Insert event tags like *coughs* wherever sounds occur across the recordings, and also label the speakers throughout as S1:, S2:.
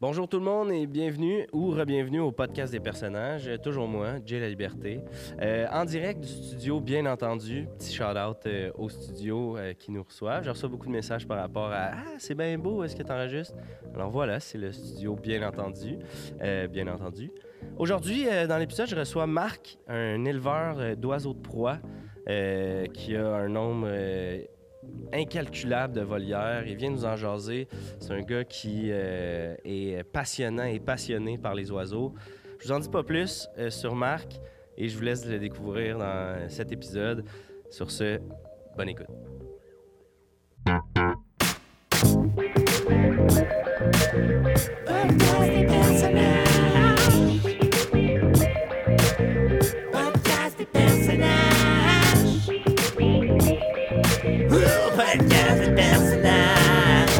S1: Bonjour tout le monde et bienvenue ou re-bienvenue au podcast des personnages. Euh, Toujours moi, Jay La Liberté. Euh, en direct du studio, bien entendu. Petit shout-out euh, au studio euh, qui nous reçoit. Je reçois beaucoup de messages par rapport à Ah, c'est bien beau, est-ce que t'enregistres Alors voilà, c'est le studio, bien entendu. Euh, bien entendu. Aujourd'hui, euh, dans l'épisode, je reçois Marc, un éleveur euh, d'oiseaux de proie euh, qui a un nombre. euh, incalculable de volières. Il vient nous en jaser. C'est un gars qui euh, est passionnant et passionné par les oiseaux. Je vous en dis pas plus euh, sur Marc et je vous laisse le découvrir dans euh, cet épisode. Sur ce, bonne écoute.
S2: Podcast des personnages. Podcast des personnages. Oh, Podcast des personnages.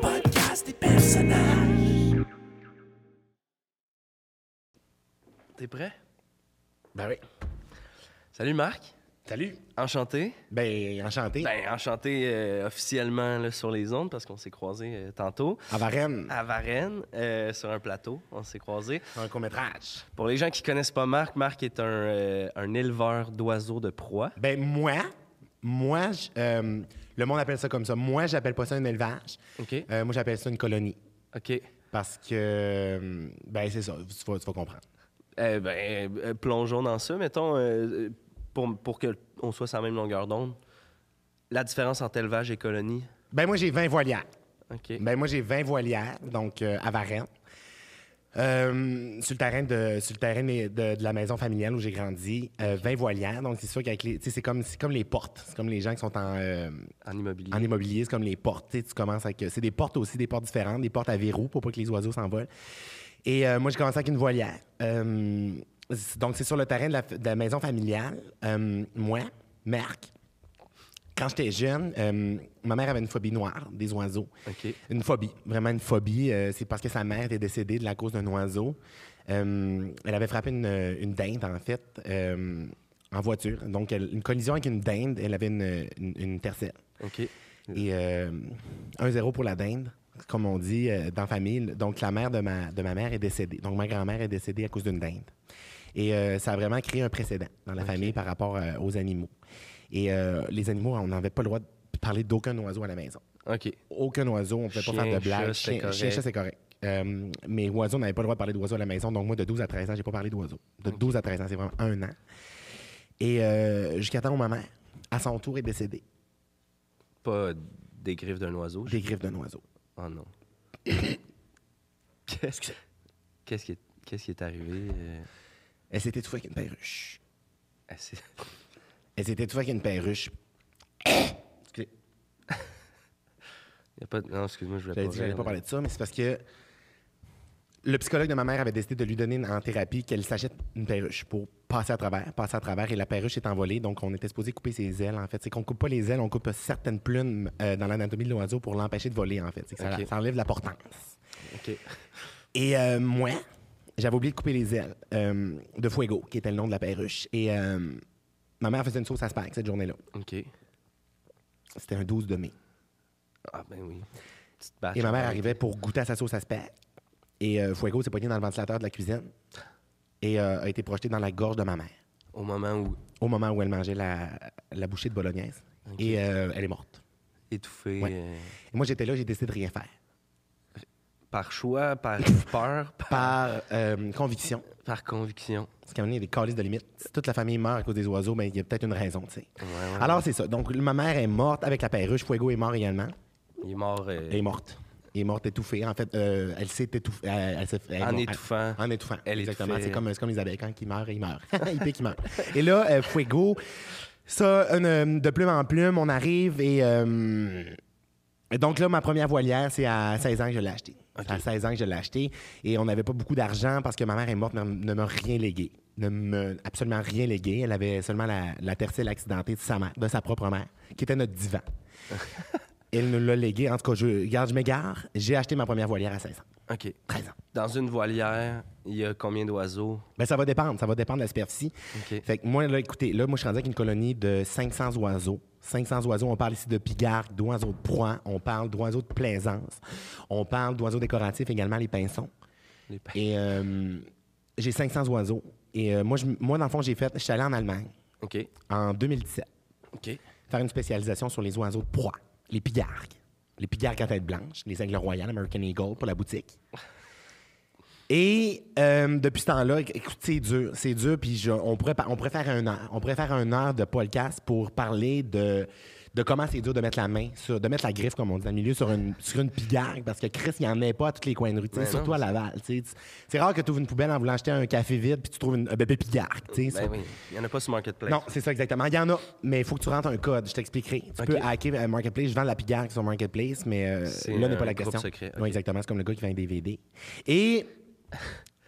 S2: Podcast des personnages.
S1: T'es prêt?
S3: Ben oui.
S1: Salut Marc.
S3: Salut.
S1: Enchanté.
S3: Ben, enchanté.
S1: Ben, enchanté euh, officiellement là, sur les ondes parce qu'on s'est croisés euh, tantôt.
S3: À Varennes,
S1: À Varennes, euh, sur un plateau, on s'est croisés.
S3: un court-métrage.
S1: Pour les gens qui connaissent pas Marc, Marc est un, euh, un éleveur d'oiseaux de proie.
S3: Ben, moi, moi, j- euh, le monde appelle ça comme ça. Moi, j'appelle pas ça un élevage.
S1: OK.
S3: Euh, moi, j'appelle ça une colonie.
S1: OK.
S3: Parce que, euh, ben, c'est ça. Tu vas, tu vas comprendre.
S1: Eh ben, euh, plongeons dans ça. Mettons, euh, pour, pour qu'on soit sur la même longueur d'onde, la différence entre élevage et colonie.
S3: Ben, moi, j'ai 20 voilières.
S1: OK.
S3: Ben, moi, j'ai 20 voilières, donc euh, à Varennes. Euh, sur le terrain, de, sur le terrain de, de- de la maison familiale où j'ai grandi, euh, 20 voilières. Donc, c'est sûr qu'avec les. tu sais, C'est comme, c'est comme les portes. C'est comme les gens qui sont en. euh,
S1: en immobilier.
S3: En immobilier, c'est comme les portes. tu sais, Tu commences avec. euh, C'est des portes aussi, des portes différentes, des portes à verrou pour pas que les oiseaux s'envolent. Et euh, moi, j'ai commencé avec une volière. Euh, c'est- donc, c'est sur le terrain de la, f- de la maison familiale. Euh, moi, Marc, quand j'étais jeune, euh, ma mère avait une phobie noire des oiseaux.
S1: OK.
S3: Une phobie, vraiment une phobie. euh, c'est parce que sa mère était décédée de la cause d'un oiseau. Euh, elle avait frappé une, une dinde, en fait, euh, en voiture. Donc, elle- une collision avec une dinde, elle avait une, une, une tercelle.
S1: OK.
S3: Et euh, 1-0 pour la dinde, comme on dit euh, dans la famille. Donc, la mère de ma, de ma mère est décédée. Donc, ma grand-mère est décédée à cause d'une dinde. Et euh, ça a vraiment créé un précédent dans la famille par rapport euh, aux animaux. Et euh, les animaux, on n'avait pas le droit de parler d'aucun oiseau à la maison.
S1: OK.
S3: Aucun oiseau, on ne pouvait
S1: Chien,
S3: pas faire de blagues.
S1: chat, c'était
S3: Chien, chien,
S1: correct.
S3: chat, c'est correct. Euh, mais oiseau, on n'avait pas le droit de parler d'oiseau à la maison. Donc, moi, de 12 à 13 ans, j'ai pas parlé d'oiseau. De 12 à 13 ans, c'est vraiment un an. Et euh, jusqu'à temps où ma mère, à son tour, est décédée
S1: Pas des griffes d'un oiseau. je-
S3: des griffes d'un oiseau.
S1: Oh
S3: *coughs*
S1: non. Qu'est-ce que- qu'est-ce qui est, qu'est-ce qui est arrivé? euh,
S3: Elle s'est étouffée avec une perruche.
S1: à ces- *laughs*
S3: Elle s'est étouffée avec une perruche. Excusez.
S1: Y a pas de- Non, excuse-moi, je voulais
S3: J'avais
S1: pas
S3: dit que j'allais
S1: rire,
S3: pas
S1: mais-
S3: parler de ça, mais c'est parce que le psychologue de ma mère avait décidé de lui donner une- en thérapie qu'elle s'achète une perruche pour passer à travers, passer à travers, et la perruche est envolée, donc on était supposé couper ses ailes, en fait. C'est qu'on coupe pas les ailes, on coupe certaines plumes euh, dans l'anatomie de l'oiseau pour l'empêcher de voler, en fait. C'est que ça,
S1: Ok.
S3: ça enlève la portance.
S1: OK.
S3: Et euh, moi, j'avais oublié de couper les ailes euh, de Fuego, qui était le nom de la perruche. Et euh, ma mère faisait une sauce à spag cette journée-là.
S1: OK.
S3: C'était un 12 de mai.
S1: Ah ben oui. Petite bâche.
S3: Et ma mère arrivait pour goûter à sa sauce à spag. Et euh, Fuego s'est poigné dans le ventilateur de la cuisine et euh, a été projeté dans la gorge de ma mère
S1: Au moment où
S3: au moment où elle mangeait la, la bouchée de bolognaise. Et euh, elle est morte.
S1: étouffé
S3: Ouais.
S1: euh,
S3: Et moi, j'étais là, j'ai décidé de rien faire.
S1: par choix,
S3: *coughs*
S1: par peur, par,
S3: Par euh, conviction.
S1: par conviction.
S3: Parce qu'à un moment donné, il y a des calices de limite. Si toute la famille meurt à cause des oiseaux, mais il y a peut-être une raison, tu sais.
S1: Ouais, ouais,
S3: Alors, c'est ça. Donc, ma mère est morte avec la perruche. Fuego est mort également.
S1: Il est mort euh,
S3: Elle est morte. Elle est morte étouffée. En fait, euh, elle s'est étouffée. Elle- elle s'est- elle est
S1: en
S3: morte.
S1: étouffant.
S3: En étouffant.
S1: Elle
S3: Exactement.
S1: étouffait.
S3: C'est comme, c'est comme les abeilles, quand ils meurent, ils meurent. *laughs* ils piquent, ils meurent. Et là, euh, Fuego, ça, une, euh, de plume en plume, on arrive et. euh, et donc là, ma première voilière, c'est à 16 ans que je l'ai achetée. C'est à 16 ans que je l'ai achetée. Et on n'avait pas beaucoup d'argent parce que ma mère est morte, ne, ne m'a rien légué. Ne me, absolument rien légué. Elle avait seulement la, la tercelle accidentée de sa mère, de sa propre mère, qui était notre divan. Elle nous l'a légué. En tout cas, je, garde, je m'égare. J'ai acheté ma première voilière à 16 ans.
S1: OK.
S3: 13 ans.
S1: Dans une voilière, il y a combien d'oiseaux?
S3: Ben, ça va dépendre. Ça va dépendre de la superficie.
S1: OK.
S3: Fait que moi, là, écoutez, là, moi, je suis rendu avec une colonie de 500 oiseaux. 500 oiseaux, on parle ici de pigargues, d'oiseaux de proie, on parle d'oiseaux de plaisance, on parle d'oiseaux décoratifs également, les pinsons.
S1: Les pa-
S3: Et euh, j'ai 500 oiseaux. Et euh, moi, je- moi, dans le fond, j'ai fait, je suis allé en Allemagne
S1: OK. Ben
S3: en 2017
S1: OK.
S3: faire une spécialisation sur les oiseaux de proie, les pigargues. Les pigargues à tête blanche, les aigles royales, American Eagle pour la boutique. Et euh, depuis ce temps-là, écoute, c'est dur, c'est dur, puis je- on, pourrait, pa- on pourrait faire un heure. On pourrait faire un heure de podcast pour parler de, de comment c'est dur de mettre la main, sur, de mettre la griffe, comme on dit dans le milieu, sur une, sur une pigargue, parce que Chris, il n'y en a pas à tous les coins de rue, tu sais,
S1: Mais Ben non.
S3: surtout à Laval. tu sais. C'est rare que tu ouvres une poubelle en voulant acheter un café vide, puis tu trouves une, un bébé pigargue. tu sais,
S1: Ben
S3: sur-
S1: oui. Il n'y en a pas sur Marketplace.
S3: non, c'est ça exactement. Il y en a, mais il faut que tu rentres un code. Je t'expliquerai. Tu
S1: Ok.
S3: peux hacker euh, Marketplace. Je vends la pigarre sur Marketplace, mais euh,
S1: C'est
S3: là n'est
S1: un
S3: pas la
S1: groupe
S3: question.
S1: secret, ok.
S3: Oui, exactement. C'est comme le gars qui vend des DVD. Et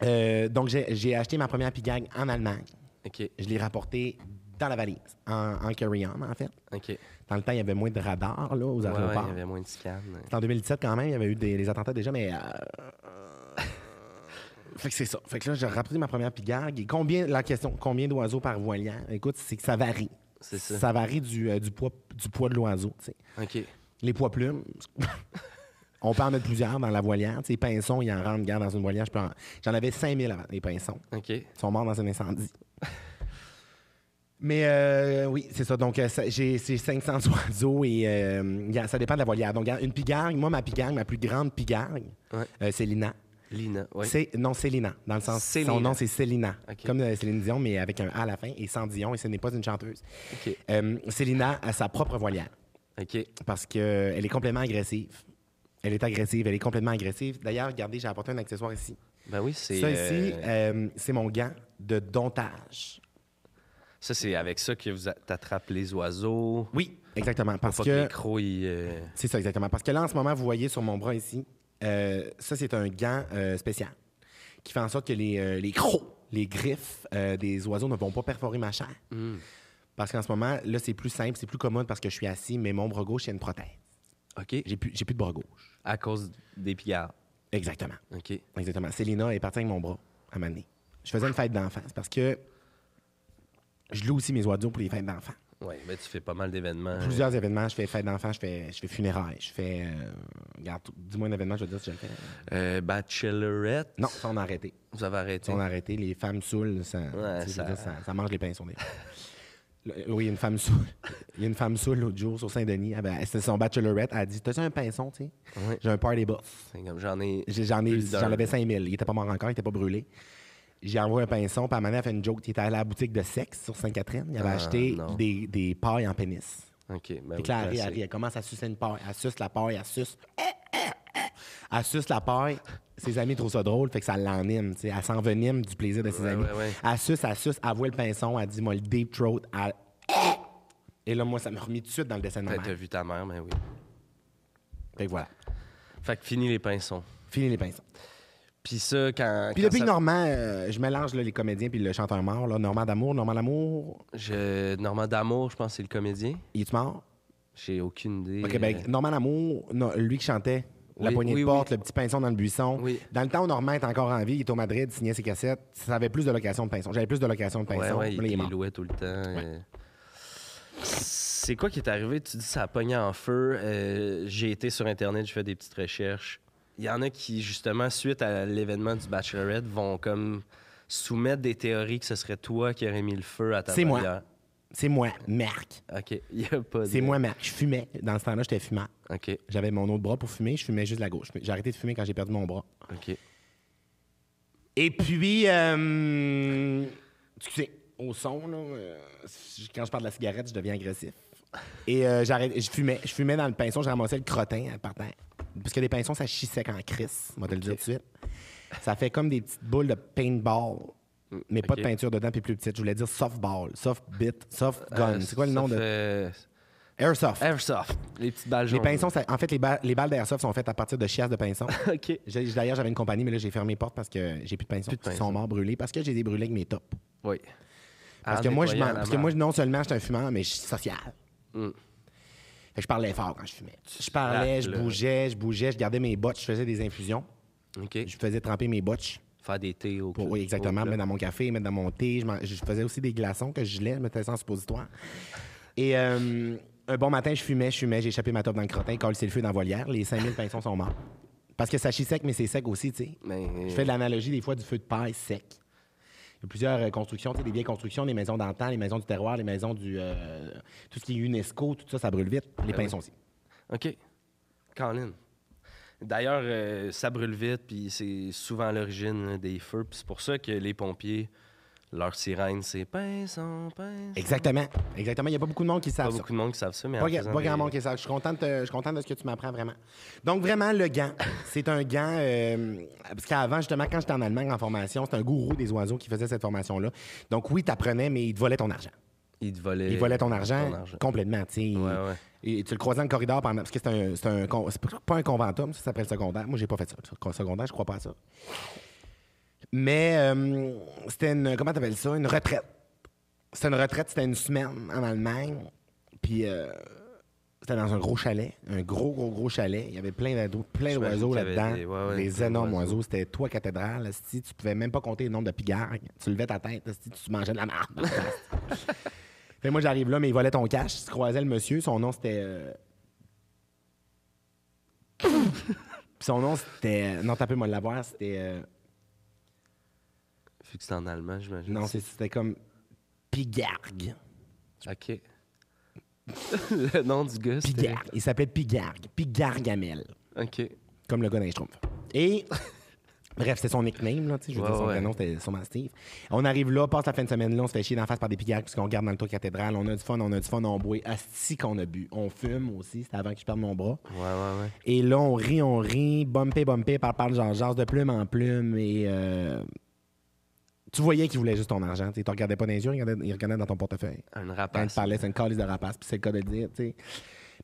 S3: euh, donc, j'ai j'ai acheté ma première pigarre en Allemagne.
S1: OK.
S3: Je l'ai rapportée dans la valise, en, en carry-on, en fait.
S1: OK. Ouais,
S3: Dans le temps, il y avait moins de radars là, aux
S1: ouais,
S3: aéroports.
S1: il y avait moins de scans.
S3: C'est en 2017 quand même, il y avait eu des les attentats déjà,
S1: *laughs*
S3: mais. euh, fait que c'est ça. Fait que là, j'ai rapporté ma première pigargue. Et combien, la question, combien d'oiseaux par voilière? Écoute, c'est que ça varie.
S1: C'est ça.
S3: Ça varie du, euh, du, poids, du poids de l'oiseau, tu sais.
S1: OK.
S3: Les poids plumes. *laughs* On peut en mettre plusieurs dans la voilière. Tu sais, pinsons, il en rentre, garde dans une voilière. je peux en- J'en avais 5000 avant, les pinsons.
S1: OK.
S3: Ils sont morts dans un incendie. Mais euh, oui, c'est ça. Donc, euh, ça- j'ai c'est 500 oiseaux et euh, y a- ça dépend de la voilière. Donc, y a une pigargue, moi, ma pigargue, ma plus grande pigargue,
S1: Ouais.
S3: euh, c'est Lina.
S1: Lina, oui.
S3: C'est- Non, c'est Lina, dans le sens.
S1: Célina.
S3: Son nom, c'est Célina.
S1: Ok.
S3: Comme euh, Céline Dion, mais avec un A à la fin et sans Dion, et ce n'est pas une chanteuse.
S1: OK.
S3: Euh, Célina a sa propre voilière
S1: OK.
S3: parce qu'elle est complètement agressive. Elle est agressive, elle est complètement agressive. D'ailleurs, regardez, j'ai apporté un accessoire ici.
S1: Ben oui, c'est.
S3: Ça ici,
S1: euh,
S3: euh, c'est mon gant de domptage.
S1: Ça, c'est avec ça que vous a- t'attrapes les oiseaux.
S3: Oui, exactement. Parce
S1: Faut pas
S3: que
S1: que les crocs, ils. euh,
S3: c'est ça exactement. Parce que là, en ce moment, vous voyez sur mon bras ici, euh, ça c'est un gant euh, spécial qui fait en sorte que les euh, les crocs, les griffes euh, des oiseaux ne vont pas perforer ma chair.
S1: Hmm.
S3: Parce qu'en ce moment, là, c'est plus simple, c'est plus commode parce que je suis assis, mais mon bras gauche, il y a une prothèse.
S1: OK.
S3: J'ai plus, j'ai plus de bras gauche.
S1: À cause des pillards.
S3: Exactement.
S1: OK.
S3: Exactement. Célina est partie avec mon bras à ma nez. Je faisais une fête d'enfance parce que je loue aussi mes oiseaux pour les fêtes d'enfants.
S1: Oui, mais ben tu fais pas mal d'événements.
S3: plusieurs événements. Je fais fête d'enfants, je fais, je fais funérailles, je fais. euh, regarde, tout- dis-moi un événement, je vais te dire si je le fais.
S1: Euh, bachelorette.
S3: Non, ça, on a arrêté.
S1: Vous avez arrêté.
S3: Ça, on a arrêté. Les femmes saoules, ça, tu sais, je veux
S1: ça-
S3: dire, ça- ça mange les pinceaux. Le- Oui, il y a une femme saoule. Il y a une femme saoule l'autre jour sur Saint-Denis. Elle avait- C'était son bachelorette. Elle a dit T'as-tu un pinson, tu sais
S1: Ouais.
S3: J'ai un party buff.
S1: C'est comme j'en ai.
S3: J'ai- J'en ai-
S1: Plus d'un.
S3: j'en avais 5000. Il était pas mort encore, il était pas brûlé. J'ai envoyé un pinson, puis à un moment donné, elle a fait une joke. Il était allé à la boutique de sexe sur Sainte-Catherine. Il avait
S1: Ah,
S3: acheté
S1: non.
S3: des, des pailles en pénis.
S1: OK. Ben
S3: Fait
S1: oui,
S3: que là, elle, rit, elle,
S1: classique.
S3: rit, elle commence à sucer une paille. Elle suce la paille, elle suce. *laughs* Elle suce la paille. Ses amis trouvent ça drôle, fait que ça l'anime. tu sais. Elle s'envenime du plaisir de ses
S1: Ouais,
S3: amis.
S1: ouais, ouais.
S3: Elle suce, elle suce, elle voit le pinson, elle dit, moi, le deep throat. Elle... *laughs* Et là, moi, ça me remet tout de suite dans le dessin de ma
S1: Fait
S3: mère.
S1: que t'as vu ta mère, mais oui.
S3: Fait que voilà.
S1: Fait que fini les pinsons.
S3: Fini les pinsons.
S1: Puis ça, quand.
S3: Puis
S1: quand
S3: depuis
S1: Ah, ça-
S3: que Normand, euh, je mélange là, les comédiens puis le chanteur mort, là, Normand d'amour, Normand d'amour,
S1: Je... Normand D'Amour, je pense que c'est le comédien.
S3: il est mort?
S1: J'ai aucune idée.
S3: Ok, ben,
S1: euh,
S3: Normand Lamour, non, lui qui chantait La
S1: Oui,
S3: poignée
S1: oui,
S3: de
S1: oui.
S3: porte, le petit pinson dans le buisson.
S1: Oui.
S3: Dans le temps où Normand est encore en vie, il est au Madrid, il signait ses cassettes. Ça avait plus de location de pinson. J'avais plus de location de pinson.
S1: Ouais, ouais, il,
S3: Là, ben, il est
S1: il
S3: mort.
S1: louait tout le temps. euh. C'est quoi qui est arrivé? Tu dis ça a pogné en feu. euh, J'ai été sur Internet, je fais des petites recherches. Il y en a qui, justement, suite à l'événement du Bachelorette, vont comme soumettre des théories que ce serait toi qui aurais mis le feu à ta
S3: C'est moi.
S1: barrière.
S3: C'est moi, Merck.
S1: OK, *laughs* il y a pas de...
S3: C'est moi, Merck. Je fumais. Dans ce temps-là, j'étais fumant.
S1: OK,
S3: J'avais mon autre bras pour fumer, je fumais juste la gauche. J'ai arrêté de fumer quand j'ai perdu mon bras.
S1: OK.
S3: Et puis, euh, excusez, au son, là, euh, je- quand je parle de la cigarette, je deviens agressif. Et euh, j'arrête- je fumais, je fumais dans le pinceau, je ramassais le crottin euh, par terre. Parce que les pinceaux, ça chissait quand crisse, on va te le dire tout de suite. Ça fait comme des petites boules de paintball, mais pas de
S1: ok.
S3: peinture dedans, puis plus petite. Je voulais dire softball, soft bit, soft gun.
S1: Euh,
S3: C'est quoi le
S1: ça
S3: nom de...
S1: fait-
S3: Airsoft.
S1: Airsoft, les petites balles
S3: Les
S1: jaunes.
S3: pinceaux, ça- en fait, les, ba- les balles d'airsoft sont faites à partir de chiasses de pinceaux.
S1: *laughs* OK.
S3: J'ai- D'ailleurs, j'avais une compagnie, mais là, j'ai fermé les portes parce que j'ai plus de pinceaux.
S1: Plus de
S3: Ils
S1: pinceaux.
S3: sont morts brûlés parce que j'ai des brûlés avec mes tops.
S1: Oui.
S3: Parce,
S1: En
S3: que moi, je
S1: Ah, nettoyant Hmm.
S3: m'en-
S1: la
S3: parce que
S1: main.
S3: moi, non seulement je suis un fumeur, mais je suis social. Fait que je parlais fort quand je fumais. Je parlais, je
S1: claques, là.
S3: bougeais, je bougeais, je gardais mes bottes, je faisais des infusions.
S1: OK.
S3: Je faisais tremper mes bottes.
S1: Faire des thés au
S3: Pour- oui, exactement. Mettre dans mon café, mettre dans mon thé. Je, m'en- je faisais aussi des glaçons que je gelais, je mettais ça en suppositoire. Et euh, un bon matin, je fumais, je fumais, j'ai échappé ma top dans le crottin, collé le feu dans la volière. Les 5000 pinsons sont morts. Parce que ça chie sec, mais c'est sec aussi, tu sais.
S1: Mais- euh,
S3: Je fais de l'analogie des fois du feu de paille sec. Il y a plusieurs euh, constructions, tu sais, des vieilles constructions, les maisons d'antan, les maisons du terroir, les maisons du. euh, tout ce qui est UNESCO, tout ça, ça brûle vite. Les
S1: Ben
S3: pinsons
S1: oui.
S3: aussi.
S1: OK. Colin. D'ailleurs, euh, ça brûle vite, puis c'est souvent l'origine là, des feux. Puis c'est pour ça que les pompiers, leur sirène, c'est pinson, pinson.
S3: Exactement. Exactement. Il n'y a pas beaucoup de monde qui
S1: Pas
S3: savent ça.
S1: beaucoup de monde qui savent ça, mais en
S3: Pas, ga-
S1: faisant
S3: pas
S1: des-
S3: grand monde qui le savent. Je suis content de, te- je suis content de ce que tu m'apprends vraiment. Donc, vraiment, le *laughs* gant, c'est un gant. euh, parce qu'avant, justement, quand j'étais en Allemagne en formation, c'était un gourou des oiseaux qui faisait cette formation-là. Donc, oui, tu apprenais, mais il te volait ton argent.
S1: ils te volaient,
S3: Il volait ton argent, complètement. tu sais.
S1: ouais.
S3: Et tu le croisais dans le corridor pendant. Parce que c'est un. C'est un con- c'est pas- pas un conventum, ça s'appelle secondaire. Moi, j'ai pas fait ça. Sur- Secondaire, je crois pas à ça. Mais euh, c'était une. Comment t'appelles ça? Une retraite. C'était une retraite, c'était une semaine en Allemagne. Puis euh, c'était dans un gros chalet. Un gros, gros, gros chalet. Il y avait plein d'ado- plein
S1: J'imagine
S3: d'oiseaux
S1: qu'il y avait
S3: là-dedans.
S1: des- ouais, ouais,
S3: des
S1: plein
S3: énormes
S1: d'oiseaux.
S3: oiseaux. C'était toi, cathédrale. Si tu pouvais même pas compter le nombre de pigargues. Tu levais ta tête, si tu mangeais de
S1: *laughs*
S3: la merde. Fait que moi, j'arrive là, mais il volait ton cash. Tu croisais le monsieur. Son nom, c'était. euh, *laughs* Puis son nom, c'était. euh, Non, t'as peu, moi, de l'avoir. C'était. euh,
S1: Vu que c'est en allemand, j'imagine.
S3: Non, c'est- c'était comme. Pigargue.
S1: OK. *laughs* le nom du gars, c'était...
S3: Pigargue. Il s'appelait Pigargue. Pigargamel.
S1: OK.
S3: Comme le gars d'un Schtroumpf. Et. *laughs* Bref, c'est son nickname, là, tu sais. Je veux
S1: Ouais,
S3: dire, son
S1: ouais.
S3: vrai nom, c'était sûrement Steve. On arrive là, passe la fin de semaine là, on se fait chier d'en face par des pigargues, puisqu'on garde dans le tour cathédrale. On a du fun, on a du fun, on boit. Asti qu'on a bu. On fume aussi, c'était avant que je perde mon bras.
S1: Ouais, ouais, ouais.
S3: Et là, on rit, on rit, bumpé, bumpé, par parle, genre, genre, de plume en plume. Et euh, tu voyais qu'il voulait juste ton argent. Tu ne regardais pas dans les yeux, il regardait, il regardait dans ton portefeuille.
S1: Un
S3: Quand il
S1: rapace.
S3: te parlait, c'est une calice de rapace, puis c'est le cas de le dire. tu sais.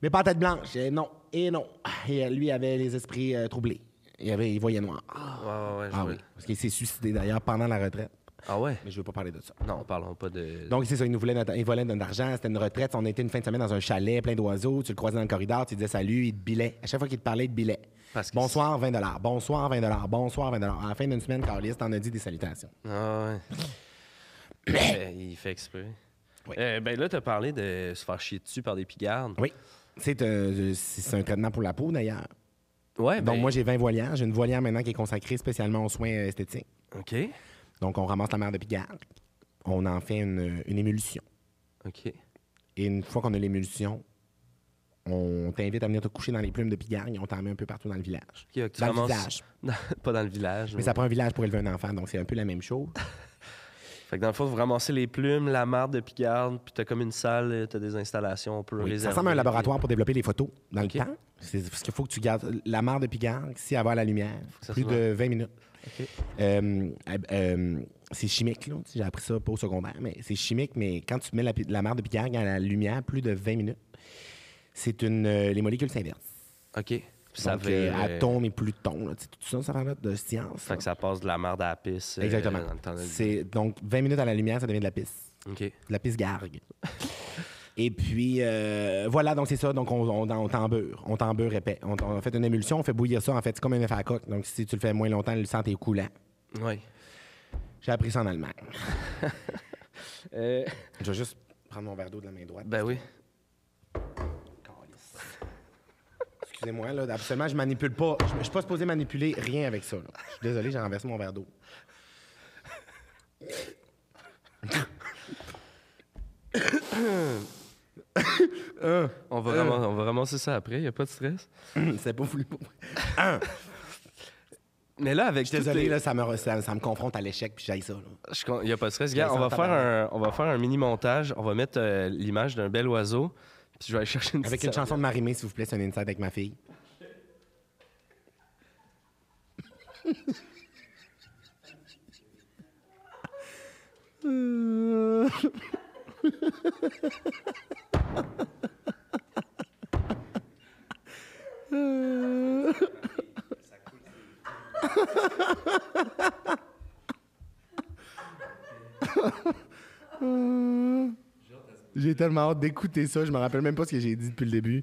S3: Mais pas en tête blanche. Et non, et non. Et euh, lui avait les esprits euh, troublés. Il, avait, il voyait noir. Ah,
S1: Ouais, ouais, ouais. je vois.
S3: oui. Parce qu'il s'est suicidé d'ailleurs pendant la retraite.
S1: Ah ouais?
S3: Mais je veux pas parler de ça.
S1: Non, parlons pas de...
S3: Donc, c'est ça, il nous voulait notre, il volait notre argent. C'était une retraite. On était une fin de semaine dans un chalet plein d'oiseaux. Tu le croisais dans le corridor, tu disais salut, il te bilait. À chaque fois qu'il te parlait, il te bilait.
S1: Parce que
S3: bonsoir, 20 Bonsoir, 20 Bonsoir, 20 À la fin d'une semaine, Carlis, t'en as dit des salutations. *coughs*
S1: Ah ouais. Euh, il fait exprès.
S3: Oui.
S1: Euh, ben là, t'as parlé de se faire chier dessus par des pigardes.
S3: Oui. C'est un, c'est un traitement pour la peau, d'ailleurs.
S1: Ouais, ben,
S3: Donc, moi, j'ai 20 voilières. J'ai une voilière maintenant qui est consacrée spécialement aux soins euh, esthétiques.
S1: OK.
S3: Donc, on ramasse la mer de Pigalle. On en fait une, une émulsion.
S1: OK.
S3: Et une fois qu'on a l'émulsion, on t'invite à venir te coucher dans les plumes de Pigalle et on t'en met un peu partout dans le village.
S1: Ok, tu
S3: dans
S1: ramasses- *laughs*
S3: le village.
S1: Dans- pas dans le village.
S3: Mais
S1: mais-
S3: ça prend un village pour élever un enfant, donc c'est un peu la même chose.
S1: Fait que dans le fond, vous ramassez les plumes, la marde de pigarde, puis t'as comme une salle, euh, t'as des installations, on peut
S3: Oui, Ça
S1: réserver.
S3: ressemble à un laboratoire pour développer les photos dans
S1: OK.
S3: le temps. C'est parce qu'il faut que tu gardes la mare de Pigalle, si elle va à la lumière,
S1: que ça
S3: plus
S1: se
S3: de 20 minutes.
S1: OK.
S3: Euh, euh, euh, c'est chimique, là. J'ai appris ça pas au secondaire, mais c'est chimique. Mais quand tu mets la, pi- la mare de Pigalle à la lumière, plus de 20 minutes, c'est une, euh, les molécules s'inversent.
S1: OK. Puis ça
S3: Donc,
S1: fait.
S3: euh,
S1: euh,
S3: atomes et pluton, là. Tu sais, tout ça, ça parle de science.
S1: Fait
S3: là.
S1: que ça passe de la marde à la pisse. euh,
S3: Exactement.
S1: dans le temps de-
S3: C'est- Donc, 20 minutes à la lumière, ça devient de la piste.
S1: OK.
S3: De la piste gargue. Et puis, euh, voilà, donc c'est ça. Donc, on, on, on tambure. On tambure épais. On, on fait une émulsion, on fait bouillir ça. En fait, c'est comme un effet à coque. Donc, si tu le fais moins longtemps, le sang est coulant.
S1: Oui.
S3: J'ai appris ça en Allemagne.
S1: Euh,
S3: Je vais juste prendre mon verre d'eau de la main droite.
S1: ben oui.
S3: Excusez-moi, là. Absolument, je manipule pas. Je, je suis pas supposé manipuler rien avec ça. là. Je suis désolé, j'ai renversé mon verre d'eau.
S1: On va, ramasser, on va ramasser ça après, il a pas de stress.
S3: *clears throat* c'est pas voulu pour moi.
S1: Mais là, avec.
S3: Je suis désolé, là, ça me, re- ça, ça me confronte à l'échec, puis j'aille ça. là.
S1: Il n'y a pas de stress. Gars,
S3: ça
S1: on,
S3: en
S1: va faire un,
S3: tabarnak.
S1: on va faire un mini montage. On va mettre euh, l'image d'un bel oiseau. Puis je vais aller chercher une
S3: Avec une
S1: petite *laughs*
S3: chanson de Marimé, s'il vous plaît, c'est un inside avec ma fille. J'ai tellement hâte d'écouter ça, je me rappelle même pas ce que j'ai dit depuis le début.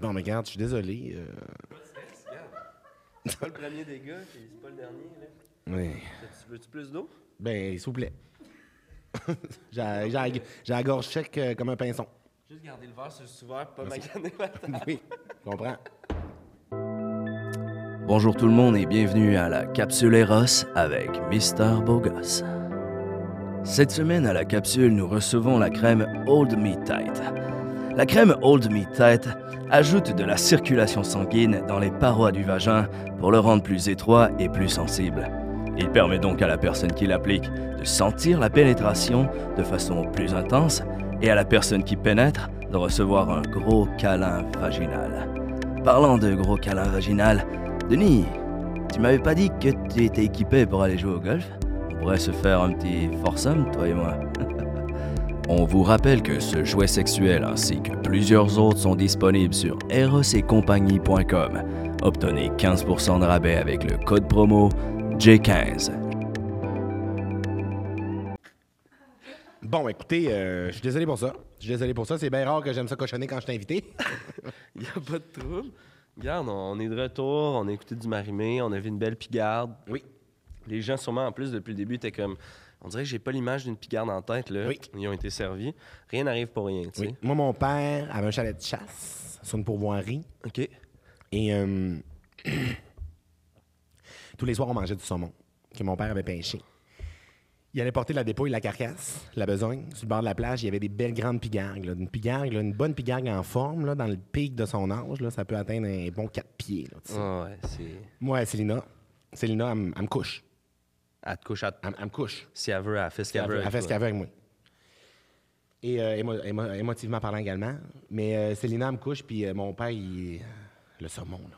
S3: Bon, mais regarde, je suis désolé. euh,
S1: C'est pas le premier des gars, puis c'est pas le dernier. Là.
S3: oui.
S1: T'as-tu- Veux-tu plus d'eau?
S3: Ben, s'il vous plaît. *laughs* j'ai j'ai la- j'ai la gorge sec euh, comme un pinson. *laughs*
S1: Juste garder le verre sur le souverain, pas maganer la table.
S3: Oui, comprends.
S4: Bonjour tout le monde et bienvenue à la Capsule Eros avec Mister Bogos. Cette semaine à la Capsule, nous recevons la crème Old Me Tight. La crème Old Me Tight ajoute de la circulation sanguine dans les parois du vagin pour le rendre plus étroit et plus sensible. Il permet donc à la personne qui l'applique de sentir la pénétration de façon plus intense et à la personne qui pénètre de recevoir un gros câlin vaginal. Parlant de gros câlin vaginal, Denis, tu m'avais pas dit que tu étais équipé pour aller jouer au golf On pourrait se faire un petit foursome, toi et moi. *laughs* On vous rappelle que ce jouet sexuel ainsi que plusieurs autres sont disponibles sur erosetcompagnie.com. Obtenez 15% de rabais avec le code promo J15.
S3: Bon, écoutez, euh, je suis désolé pour ça. Je suis désolé pour ça. C'est bien rare que j'aime ça cochonner quand je suis invité.
S1: Il a pas de trouble. Regarde, on on est de retour, on a écouté du Marimé, on a vu une belle pigarde.
S3: Oui.
S1: Les gens, sûrement, en plus, depuis le début, étaient comme. On dirait que j'ai pas l'image d'une pigarde en tête, là.
S3: Oui.
S1: Ils ont été servis. Rien n'arrive pour rien, tu sais.
S3: Oui. Moi, mon père avait un chalet de chasse sur une pourvoirie.
S1: OK.
S3: Et euh, *clears throat* tous les soirs, on mangeait du saumon que mon père avait pêché. Il allait porter la dépouille, la carcasse, la besogne. Sur le bord de la plage, il y avait des belles grandes pigargues. là. Une pigargue, là, une bonne pigargue en forme, là, dans le pic de son âge, là, ça peut atteindre un bon 4 pieds. là, tu sais.
S1: Ah ouais, c'est.
S3: Moi, Célina, Célina, elle, me- elle me couche.
S1: Elle te couche, elle te-
S3: Elle, elle me couche.
S1: si elle veut, elle fait ce qu'elle veut.
S3: Ah. Elle
S1: avec
S3: fait ce
S1: toi.
S3: qu'elle veut avec moi. Et euh, émo- émo- émotivement parlant également. Mais euh, Célina elle me couche, puis euh, mon père, il... le saumon, là.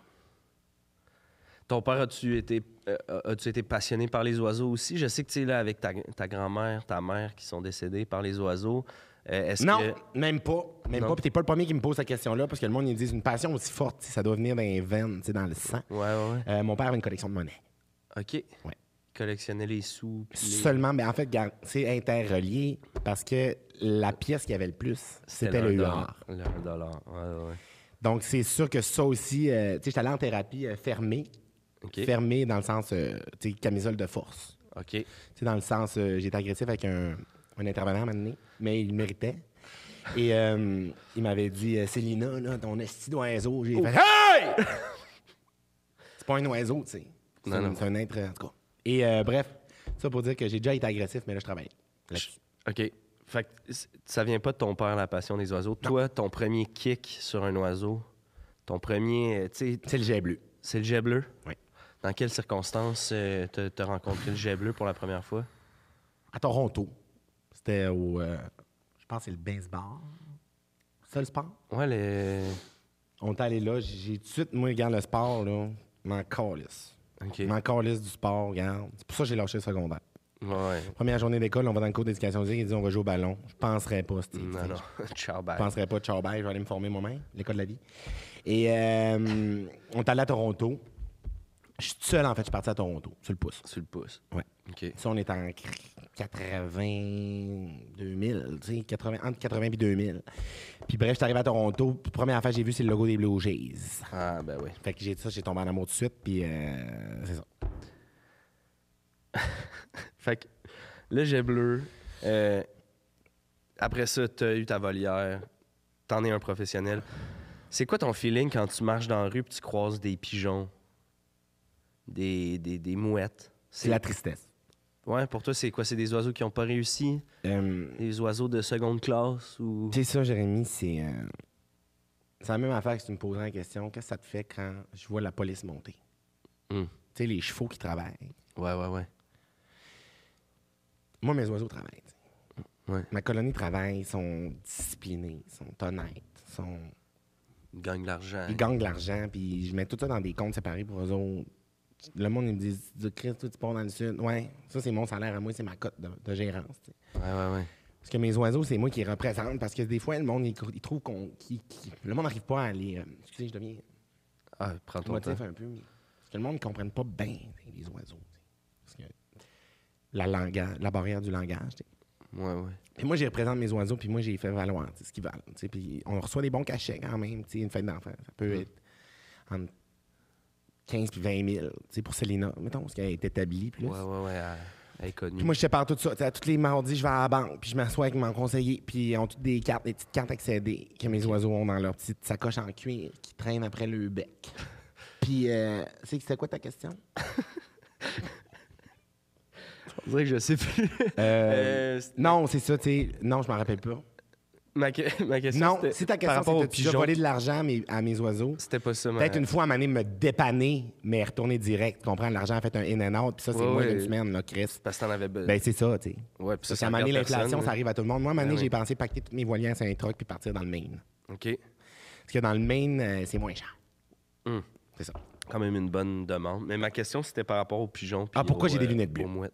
S1: Ton père, as-tu été, euh, as-tu été passionné par les oiseaux aussi? Je sais que tu es là avec ta, ta grand-mère, ta mère qui sont décédées par les oiseaux. Euh, est-ce
S3: Non,
S1: que-
S3: même pas. Même
S1: Non.
S3: pas. Puis t'es pas le premier qui me pose cette question-là parce que le monde, ils me disent une passion aussi forte, tu sais, ça doit venir dans les veines, tu sais, dans le sang.
S1: Ouais, ouais, ouais.
S3: Euh, mon père avait une collection de monnaie.
S1: OK.
S3: Ouais.
S1: Collectionner les sous. puis les-
S3: Seulement, mais en fait, gar- c'est interrelié parce que la pièce qu'il y avait le plus, c'était le
S1: dollar.
S3: UR.
S1: Le 1 dollar. Ouais, ouais.
S3: Donc, c'est sûr que ça aussi, euh, tu sais, j'étais allé en thérapie euh, fermée.
S1: OK.
S3: Fermée dans le sens, euh, tu sais, camisole de force.
S1: OK.
S3: Tu sais, dans le sens, euh, j'ai été agressif avec un, un intervenant à un moment donné, mais il le méritait. Et euh, il m'avait dit, euh, Célina, là, ton esti d'oiseau. J'ai fait, hey! c'est pas un oiseau, tu sais. C'est
S1: Non,
S3: un,
S1: non.
S3: c'est un être, en tout cas. Et euh, bref, ça pour dire que j'ai déjà été agressif, mais là, je travaille. là-dessus.
S1: OK. Fait que c- ça vient pas de ton père, la passion des oiseaux. Toi, ton premier kick sur un oiseau, ton premier. euh, Tu sais,
S3: C'est le jet bleu.
S1: c'est le jet bleu?
S3: Oui.
S1: Dans quelles circonstances euh, t'as t'as rencontré le jet bleu pour la première fois?
S3: À Toronto. C'était au. euh, je pense que c'est le baseball. Seul sport.
S1: Ouais, le.
S3: On est allé là, j'ai tout de suite, moi, regarde le sport, là, m'en calisse.
S1: OK.
S3: M'en calisse du sport, regarde. C'est pour ça que j'ai lâché le secondaire.
S1: Ouais.
S3: Première journée d'école, on va dans le cours d'éducation physique, ils disent on va jouer au ballon. Je penserais pas, Steve.
S1: Non,
S3: T'sais,
S1: non. Ciao, bye.
S3: Je penserais pas, ciao, bye, je vais aller me former moi-même, l'école de la vie. Et euh, on est allé à Toronto. Je suis tout seul, en fait, je suis parti à Toronto, sur le pouce.
S1: Sur le pouce.
S3: Ouais.
S1: OK.
S3: Ça, on est en cr- 80 2000, tu sais, 80 entre 80 et 2000. Puis bref, je suis arrivé à Toronto, puis première affaire que j'ai vue, c'est le logo des Blue Jays.
S1: Ah, ben oui.
S3: Fait que j'ai ça, j'ai tombé en amour tout de suite, puis euh, c'est ça.
S1: Fait que le jet bleu, euh, après ça, t'as eu ta volière, t'en es un professionnel. C'est quoi ton feeling quand tu marches dans la rue et tu croises des pigeons, des, des, des mouettes?
S3: C'est la tristesse.
S1: Ouais, pour toi, c'est quoi? C'est des oiseaux qui n'ont pas réussi?
S3: Euh,
S1: Des oiseaux de seconde classe? ou
S3: C'est ça, Jérémy, c'est. euh, C'est la même affaire que tu me posais la question. Qu'est-ce que ça te fait quand je vois la police monter?
S1: Hmm.
S3: Tu sais, les chevaux qui travaillent.
S1: Ouais, ouais, ouais.
S3: Moi, mes oiseaux travaillent. tu sais.
S1: Ouais.
S3: Ma colonie travaille, ils sont disciplinés, ils sont honnêtes, ils sont...
S1: Ils gagnent de l'argent.
S3: ils gagnent de l'argent, puis je mets tout ça dans des comptes séparés pour eux autres. Le monde, ils me disent, Tu- Chris, toi, tu pars dans le sud. Ouais, ça, c'est mon salaire à moi, c'est ma cote de, de gérance. tu sais.
S1: Ouais, ouais, ouais.
S3: Parce que mes oiseaux, c'est moi qui les représente, parce que des fois, le monde, il, trouve qu'on. qu'il- qu'il- le monde n'arrive pas à les. euh, excusez, je deviens.
S1: Ah, prends
S3: le
S1: ton temps.
S3: motif un peu. Parce que le monde ne comprenne pas bien les oiseaux. tu sais. Parce que la, langage, la barrière du langage. tu sais.
S1: Ouais, ouais.
S3: Mais moi, je représente mes oiseaux, puis moi, j'ai fait valoir tu sais, ce qu'ils valent. tu sais. Puis on reçoit des bons cachets quand même. tu sais, Une fête d'enfants, ça peut être entre 15 puis 20 000 tu sais, pour Célina, mettons, parce qu'elle est établie. Plus.
S1: Ouais, ouais, ouais. Elle, elle est connue.
S3: Puis moi, je sépare tout ça. Tu sais, à tous les mardis, je vais à la banque, puis je m'assois avec mon conseiller, puis ils ont toutes des cartes, des petites cartes accédées que mes oiseaux ont dans leur petite sacoche en cuir qui traîne après
S1: *laughs*
S3: le bec. Puis, euh, c'est c'était quoi ta question?
S1: je dirais que je sais plus. Euh, c'est-
S3: non, c'est ça, tu sais. Non, je m'en rappelle pas.
S1: ma, que- *laughs* ma question.
S3: Non,
S1: c'était
S3: c'est ta
S1: Par
S3: question,
S1: rapport
S3: c'est
S1: aux
S3: que tu as
S1: pigeons.
S3: volé de l'argent à mes, à mes oiseaux.
S1: C'était pas ça, ma-
S3: Peut-être une fois, à un moment donné, me dépanner, mais retourner direct. Tu comprends? L'argent a fait un in and out, puis ça, c'est
S1: Ouais,
S3: moins d'une
S1: ouais.
S3: semaine, là, Chris.
S1: Parce que t'en avais. be-
S3: Ben, c'est ça, tu
S1: ouais, puis
S3: sais.
S1: ça,
S3: Parce
S1: ça
S3: qu'à un moment donné,
S1: regarde
S3: l'inflation,
S1: personne,
S3: ça arrive à tout le monde. Moi, à un moment
S1: Ah
S3: donné,
S1: oui.
S3: j'ai pensé paqueter toutes mes voilières sur un truck puis partir dans le Maine.
S1: OK.
S3: Parce que dans le Maine, euh, c'est moins cher.
S1: Hmm.
S3: C'est ça.
S1: Quand même une bonne demande. Mais ma question, c'était par rapport aux pigeons. puis
S3: Ah, pourquoi
S1: aux,
S3: j'ai des
S1: euh,
S3: lunettes bleues?
S1: aux mouettes.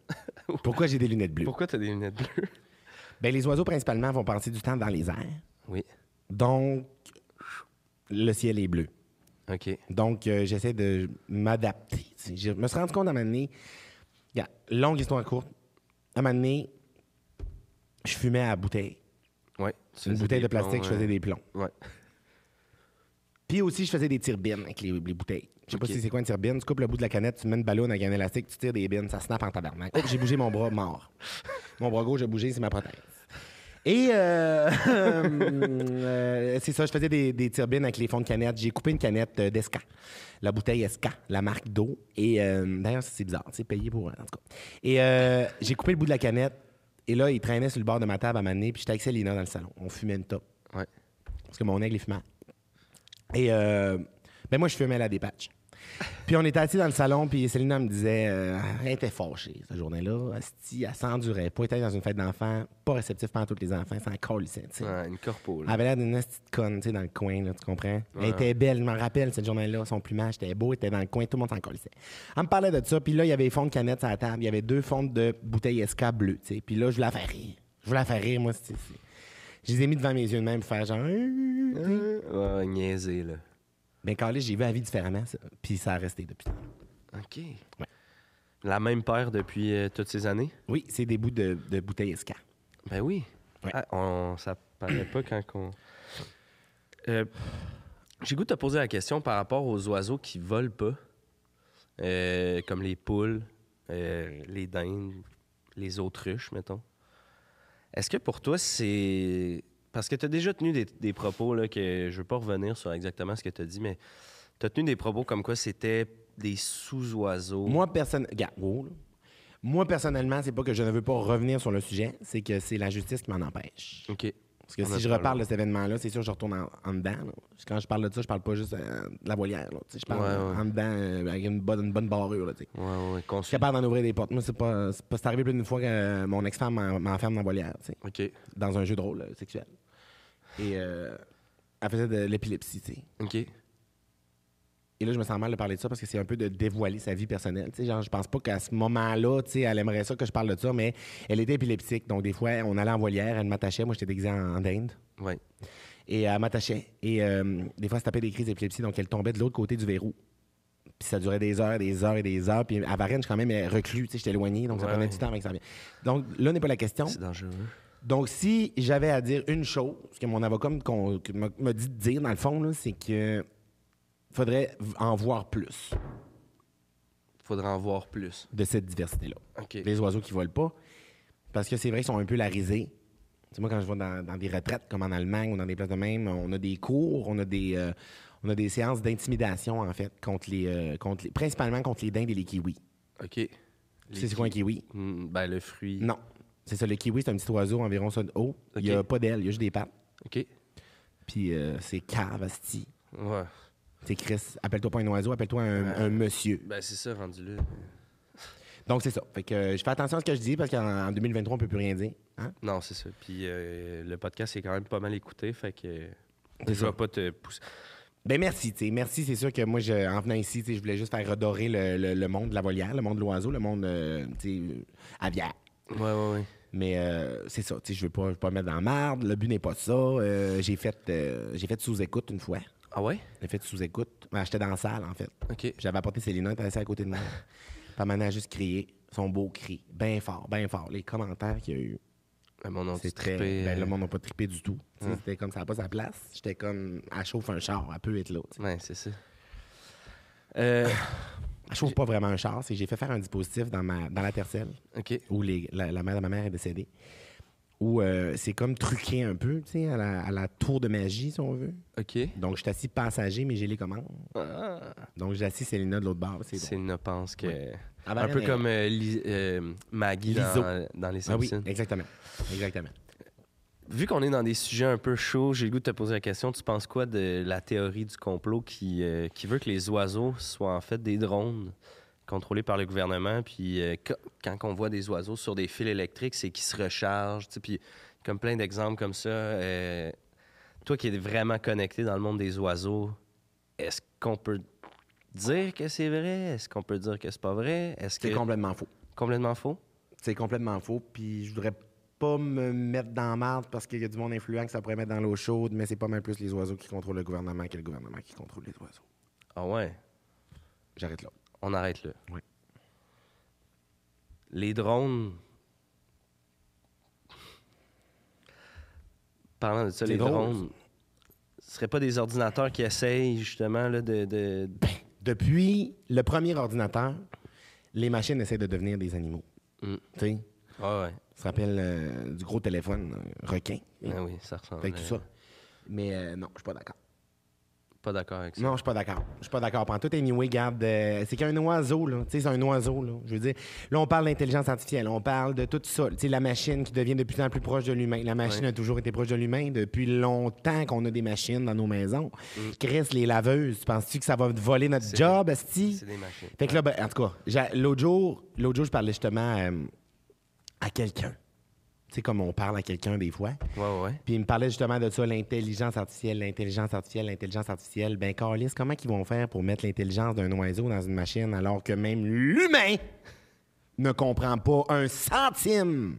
S1: *laughs*
S3: Pourquoi j'ai des lunettes bleues?
S1: pourquoi t'as des lunettes bleues?
S3: Ben, les oiseaux, principalement, vont passer du temps dans les airs.
S1: Oui.
S3: Donc, le ciel est bleu.
S1: OK.
S3: Donc, euh, j'essaie de m'adapter. tu sais. Je me suis rendu compte à un moment donné, regarde, longue histoire courte, à un moment donné, je fumais à la bouteille.
S1: Ouais.
S3: Une bouteille de plastique, je faisais des plombs.
S1: euh,
S3: hein.
S1: Ouais.
S3: Puis aussi, je faisais des tirbines avec les, les bouteilles. Je sais pas
S1: Ok.
S3: si c'est quoi une tirbine. Tu coupes le bout de la canette, tu mets une ballonne avec un élastique, tu tires des bines, ça snap en tabarnak. Hop, j'ai bougé mon bras, mort. Mon bras gauche, j'ai bougé, c'est ma prothèse. Et euh, *laughs* euh, c'est ça, je faisais des, des tirbines avec les fonds de canette. J'ai coupé une canette euh, d'Esca, la bouteille Esca, la marque d'eau. Et euh, d'ailleurs, ça, c'est bizarre, c'est payé pour, en tout cas. Et euh, j'ai coupé le bout de la canette. Et là, il traînait sur le bord de ma table à m'amener. Puis j'étais avec Célina dans le salon. On fumait une top.
S1: Ouais.
S3: Parce que mon aigle est fumant. Et euh, ben moi, je fumais la dépatche. Puis on était assis dans le salon, puis Célina me disait, euh, elle était fâchée cette journée-là. Asti, elle s'endurait pas, elle était dans une fête d'enfants, pas réceptif pendant tous les enfants, c'est encore lycée, tu sais.
S1: Ouais, une corpo,
S3: Elle
S1: là.
S3: avait l'air d'une petite conne, tu sais, dans le coin, là, tu comprends? Elle était belle, je m'en rappelle, cette journée-là. Son plumage était beau, elle était dans le coin, tout le monde s'en colissait. Elle me parlait de ça, puis là, il y avait les fonds de canettes à la table, il y avait deux fonds de bouteilles SK bleues, tu sais. Puis là, je voulais la faire rire. Je voulais la faire rire, moi, c'est- c'est- Je les ai mis devant mes yeux de même, pour faire genre. Euh, tu sais.
S1: Ah, Ouais, ouais, niaisé, là.
S3: Ben, Carlis, j'ai vu la vie différemment, ça. Puis ça a resté depuis.
S1: OK. La même paire depuis euh, toutes ces années?
S3: Oui, c'est des bouts de, de bouteilles SK.
S1: Ben oui.
S3: Ouais.
S1: Ah, on, ça paraît pas quand qu'on. Euh, J'ai goût de te poser la question par rapport aux oiseaux qui volent pas, euh, comme les poules, euh, les dindes, les autruches, mettons. Est-ce que pour toi, c'est. Parce que tu as déjà tenu des, des propos, là, que je veux pas revenir sur exactement ce que tu as dit, mais tu as tenu des propos comme quoi c'était des sous-oiseaux.
S3: Moi, personne... Regarde, wow, là. Moi, personnellement, c'est pas que je ne veux pas revenir sur le sujet, c'est que c'est la justice qui m'en empêche.
S1: OK.
S3: Parce que
S1: On a
S3: si je
S1: pas
S3: reparle de cet événement-là, c'est sûr que je retourne en, en dedans. là. Parce que Quand je parle de ça, je parle pas juste euh, de la volière. là. Tu sais, Je parle
S1: Ouais, ouais.
S3: en dedans euh, avec une bonne, une bonne barrure. là, tu sais.
S1: le- Ouais, ouais,
S3: Je
S1: conçu.
S3: suis capable d'en ouvrir des portes. Moi, c'est pas, c'est pas- c'est arrivé plus d'une fois que euh, mon ex-femme m'en- m'enferme dans la volière. tu sais.
S1: OK.
S3: dans un jeu de rôle euh, sexuel. Et euh, elle faisait de l'épilepsie, tu sais.
S1: OK.
S3: Et là, je me sens mal de parler de ça parce que c'est un peu de dévoiler sa vie personnelle. Tu sais, genre, je pense pas qu'à ce moment-là, tu sais, elle aimerait ça que je parle de ça, mais elle était épileptique. Donc, des fois, on allait en volière, elle m'attachait. Moi, j'étais déguisé en, en dinde.
S1: Ouais.
S3: Et elle m'attachait. Et euh, des fois, elle se tapait des crises d'épilepsie. Donc, elle tombait de l'autre côté du verrou. Puis ça durait des heures, des heures et des heures. Puis à Varennes, je suis quand même euh, reclus. Tu sais, j'étais éloigné. Donc, ça
S1: Ouais,
S3: prenait
S1: ouais.
S3: du temps avec ça. Donc, là n'est pas la question.
S1: C'est dangereux.
S3: Donc, si j'avais à dire une chose que mon avocat me- qu'on- que m'a m'a dit de dire, dans le fond, là, c'est que faudrait v- en voir plus
S1: faudra en voir plus.
S3: de cette diversité-là.
S1: OK.
S3: Les oiseaux qui volent pas, parce que c'est vrai qu'ils sont un peu la risée. Tu sais, moi, quand je vais dans, dans des retraites, comme en Allemagne ou dans des places de même, on a des cours, on a des, euh, on a des séances d'intimidation, en fait, contre les, euh, contre les- principalement contre les dindes et les kiwis.
S1: OK. Les
S3: Tu sais, c'est quoi un
S1: ki-
S3: kiwi?
S1: Mm, Ben, le fruit.
S3: Non. C'est ça, le kiwi, c'est un petit oiseau environ ça de haut. Il n'y a
S1: Ok.
S3: pas d'aile, il y a juste des pattes.
S1: OK.
S3: Puis euh, c'est cave, asti.
S1: Ouais.
S3: C'est Chris, appelle-toi pas un oiseau, appelle-toi un, un monsieur.
S1: Ben, c'est ça, rendu là.
S3: Donc, c'est ça. Fait que euh, je fais attention à ce que je dis parce qu'en en 2023, on peut plus rien dire. Hein?
S1: Non, c'est ça. Puis euh, le podcast est quand même pas mal écouté, fait que euh, je
S3: C'est
S1: vais
S3: ça.
S1: pas te pousser.
S3: Ben merci, tu sais. Merci, c'est sûr que moi, je, en venant ici, tu sais, je voulais juste faire redorer le, le- le monde de la volière, le monde de l'oiseau, le monde, euh, tu sais, euh, aviaire.
S1: Ouais, ouais, ouais.
S3: Mais euh, c'est ça, tu sais, je veux pas, je veux pas me mettre dans la marde. Le but n'est pas ça. Euh, j'ai fait, euh, j'ai fait sous écoute une fois.
S1: Ah ouais?
S3: J'ai fait sous-écoute. Ben, J'étais dans la salle, en fait.
S1: OK.
S3: Puis J'avais apporté Célina, elle était assise à côté de moi. Puis elle m'en a juste crié son beau cri, bien fort, bien fort. Les commentaires qu'il y a eu,
S1: Ah, Mon nom euh,
S3: c'est très.
S1: hein.
S3: Ben, le monde n'a pas trippé du tout. Tu sais, C'était comme ça n'a pas sa place. J'étais comme, elle chauffe un char, elle peut être là. tu sais.
S1: Ouais, c'est ça. Euh,
S3: Elle chauffe pas vraiment un char, c'est que j'ai fait faire un dispositif dans, ma, dans la tercelle.
S1: OK.
S3: où les- la, la mère de ma mère est décédée, où euh, c'est comme truqué un peu, tu sais, à la, à la tour de magie, si on veut.
S1: OK.
S3: Donc, je suis assis passager, mais j'ai les commandes. Donc, j'ai assis Célina de l'autre bord. C'est
S1: Ah. C'est une pense que.
S3: Ah, ben,
S1: un peu
S3: elle-
S1: comme euh, Lis- euh, Maggie
S3: Liso.
S1: dans, dans Les
S3: Ah oui,
S1: Simpsons.
S3: exactement. Exactement.
S1: Vu qu'on est dans des sujets un peu chauds, j'ai le goût de te poser la question. Tu penses quoi de la théorie du complot qui, euh, qui veut que les oiseaux soient en fait des drones contrôlés par le gouvernement? Puis euh, qu- quand on voit des oiseaux sur des fils électriques, c'est qu'ils se rechargent. tu sais, Puis comme plein d'exemples comme ça, euh, toi qui es vraiment connecté dans le monde des oiseaux, est-ce qu'on peut dire que c'est vrai? Est-ce qu'on peut dire que c'est pas vrai? Est-ce que
S3: C'est complètement faux.
S1: complètement faux?
S3: C'est complètement faux. Puis, je voudrais pas me mettre dans la marde parce qu'il y a du monde influent que ça pourrait mettre dans l'eau chaude, mais c'est pas mal plus les oiseaux qui contrôlent le gouvernement que le gouvernement qui contrôle les oiseaux.
S1: Ah ouais,
S3: J'arrête là.
S1: on arrête là.
S3: Oui.
S1: Les drones. Parlant de ça,
S3: C'est
S1: les
S3: drôle,
S1: drones. Ce serait pas des ordinateurs qui essayent justement là, de. de-
S3: Ben. Depuis le premier ordinateur, les machines essaient de devenir des animaux.
S1: Mm.
S3: Tu sais,
S1: Ah ouais.
S3: se rappelle euh, du gros téléphone euh, requin.
S1: Ah oui, ça ressemble.
S3: Fait que ben, tout
S1: euh,
S3: ça. Mais euh, non, je suis pas d'accord.
S1: Pas d'accord avec ça.
S3: Non, je suis pas d'accord. Je suis pas d'accord. Prends tout anyway, garde. euh, c'est qu'un oiseau, là. Tu sais, c'est un oiseau, là. Je veux dire, là, on parle d'intelligence artificielle, on parle de tout ça. Tu sais, la machine qui devient de plus en plus proche de l'humain. La machine
S1: Ouais.
S3: a toujours été proche de l'humain depuis longtemps qu'on a des machines dans nos maisons. Chris, les laveuses, penses-tu que ça va voler notre
S1: Mm. C'est-
S3: job, Asti?
S1: C'est des machines.
S3: Fait que là, ben, en tout cas, j'a- l'autre jour, l'autre jour, je parlais justement euh, à quelqu'un. Tu sais, comme on parle à quelqu'un des fois.
S1: Ouais, ouais, ouais.
S3: Puis il me parlait justement de ça, l'intelligence artificielle, l'intelligence artificielle, l'intelligence artificielle. Ben, Carlis, comment ils vont faire pour mettre l'intelligence d'un oiseau dans une machine alors que même l'humain ne comprend pas un centime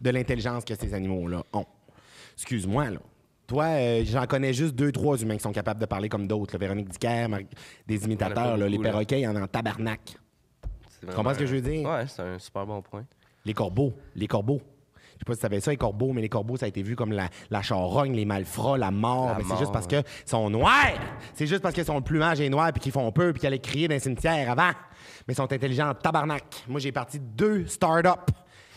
S3: de l'intelligence que ces animaux-là ont? Excuse-moi, là. Toi, euh, j'en connais juste deux, trois humains qui sont capables de parler comme d'autres. là. Véronique Dicker, Mar- des imitateurs, là, les
S1: beaucoup, là.
S3: perroquets, il y en a en tabarnak.
S1: C'est
S3: comprends ce que je veux dire?
S1: Ouais, c'est un super bon point.
S3: Les corbeaux. Les corbeaux. Je sais pas si tu savais ça, les corbeaux, mais les corbeaux, ça a été vu comme la, la charogne, les malfrats, la mort.
S1: La
S3: mais
S1: mort,
S3: c'est juste parce
S1: ouais.
S3: que sont noirs. C'est juste parce que son plumage est noir puis qu'ils font peur puis qu'ils allaient crier dans le cimetière avant. Mais ils sont intelligents en tabarnak. Moi, j'ai parti deux start-up